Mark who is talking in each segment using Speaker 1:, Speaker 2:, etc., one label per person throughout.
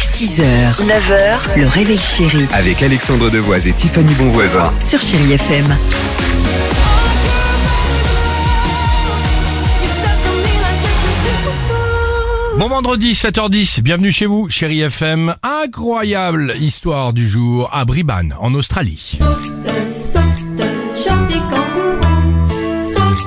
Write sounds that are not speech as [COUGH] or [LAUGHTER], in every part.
Speaker 1: 6h, 9h, le réveil chéri
Speaker 2: Avec Alexandre Devoise et Tiffany Bonvoisin.
Speaker 3: Ah,
Speaker 1: sur Chéri FM.
Speaker 4: Bon vendredi 7h10, bienvenue chez vous, chérie FM. Incroyable histoire du jour à Bribane, en Australie.
Speaker 5: Saute, saute, chante des kangourous. Saute,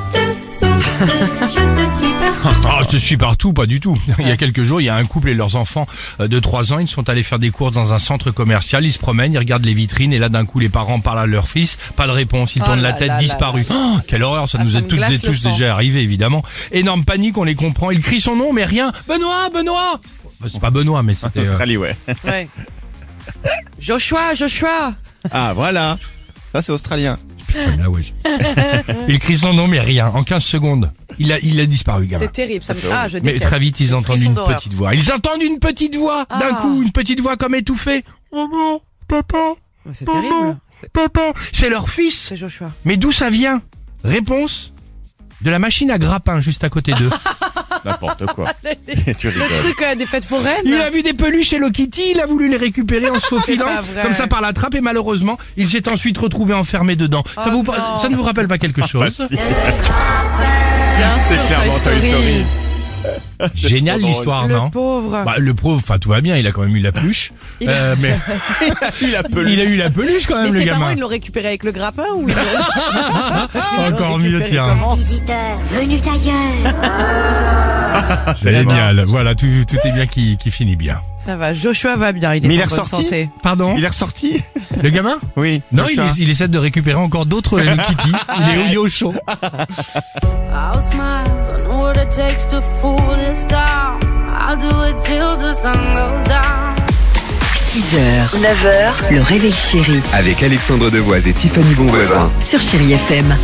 Speaker 5: saute, je te suis partout.
Speaker 4: Ah, je te suis partout, pas du tout. Il y a quelques jours, il y a un couple et leurs enfants euh, de 3 ans, ils sont allés faire des courses dans un centre commercial, ils se promènent, ils regardent les vitrines et là d'un coup les parents parlent à leur fils, pas de réponse, ils
Speaker 6: Oh
Speaker 4: tournent
Speaker 6: là
Speaker 4: la tête,
Speaker 6: là
Speaker 4: disparu.
Speaker 6: là là.
Speaker 4: Oh, quelle horreur, ça
Speaker 6: Ah,
Speaker 4: nous
Speaker 6: ça
Speaker 4: est
Speaker 6: me
Speaker 4: toutes et
Speaker 6: glace le
Speaker 4: tous
Speaker 6: sang.
Speaker 4: déjà arrivé évidemment. Énorme panique, on les comprend, ils crient son nom mais rien. Benoît, Benoît Bah, C'est pas Benoît mais c'était... euh,
Speaker 3: Australie, ouais.
Speaker 6: Ouais. Joshua, Joshua
Speaker 3: Ah, voilà. Ça, c'est australien.
Speaker 6: [LAUGHS]
Speaker 4: Ah ouais, j'ai- Il crie son nom, mais rien. En 15 secondes, il a, il a disparu, le gamin.
Speaker 6: C'est terrible, ça me... Ah, je
Speaker 4: Mais
Speaker 6: déteste.
Speaker 4: très vite, ils
Speaker 6: Le
Speaker 4: entendent
Speaker 6: frisson
Speaker 4: une
Speaker 6: d'horreur.
Speaker 4: petite voix. Ils entendent une petite voix d'un
Speaker 6: Ah.
Speaker 4: coup, une petite voix comme étouffée. Maman, papa,
Speaker 6: Mais C'est terrible. C'est-
Speaker 4: papa. C'est leur fils.
Speaker 6: C'est Joshua.
Speaker 4: Mais d'où ça vient Réponse de la machine à grappin juste à côté
Speaker 6: [LAUGHS] Ah,
Speaker 4: d'eux.
Speaker 3: N'importe quoi. tu
Speaker 6: Le
Speaker 3: rigoles.
Speaker 6: truc euh, des fêtes foraines
Speaker 4: il a vu des peluches Hello Kitty, il a voulu
Speaker 6: [LAUGHS]
Speaker 4: les récupérer en se faufilant
Speaker 6: pas vrai.
Speaker 4: comme ça par la trappe et malheureusement, il s'est ensuite retrouvé enfermé dedans. ça,
Speaker 6: Oh
Speaker 4: vous,
Speaker 6: non. Ah,
Speaker 4: ça ne vous rappelle pas quelque
Speaker 3: Bah,
Speaker 4: chose
Speaker 3: si.
Speaker 6: Bien
Speaker 3: C'est
Speaker 6: sûr,
Speaker 3: clairement Toy Story.
Speaker 4: Génial
Speaker 3: C'est trop
Speaker 4: l'histoire, non
Speaker 6: Le pauvre.
Speaker 4: Bah, le pauvre, enfin tout va bien, il a quand même eu la peluche.
Speaker 6: Il a-
Speaker 4: Euh, mais
Speaker 3: Il a peluche.
Speaker 4: il a eu la peluche quand
Speaker 6: mais
Speaker 4: même, le
Speaker 6: ses parents,
Speaker 4: gamin.
Speaker 6: ils l'ont récupéré avec le grappin ou ils
Speaker 4: [LAUGHS]
Speaker 6: l'ont- ils l'ont
Speaker 4: Encore
Speaker 6: récupéré
Speaker 4: mieux, tiens.
Speaker 6: comment
Speaker 7: Visiteurs venus d'ailleurs.
Speaker 4: Génial. Voilà, tout, tout est bien qui, qui finit bien.
Speaker 6: Ça va, Joshua va bien, il est
Speaker 3: Mais il
Speaker 6: en
Speaker 3: est
Speaker 6: bonne
Speaker 3: ressorti
Speaker 6: santé.
Speaker 4: Pardon
Speaker 3: Il est ressorti
Speaker 4: Le gamin
Speaker 3: Oui.
Speaker 4: Non,
Speaker 3: le
Speaker 4: il,
Speaker 3: chat.
Speaker 4: est- il essaie de récupérer encore d'autres [LAUGHS] Hello Kitty. Il est, il est au chaud.
Speaker 8: I'll smile. I know what it takes to fool this town. I'll do it till the sun goes down.
Speaker 1: 6h, 9h, le réveil chéri
Speaker 2: Avec Alexandre Devoise et Tiffany Bonvoisin.
Speaker 1: sur Chéri FM.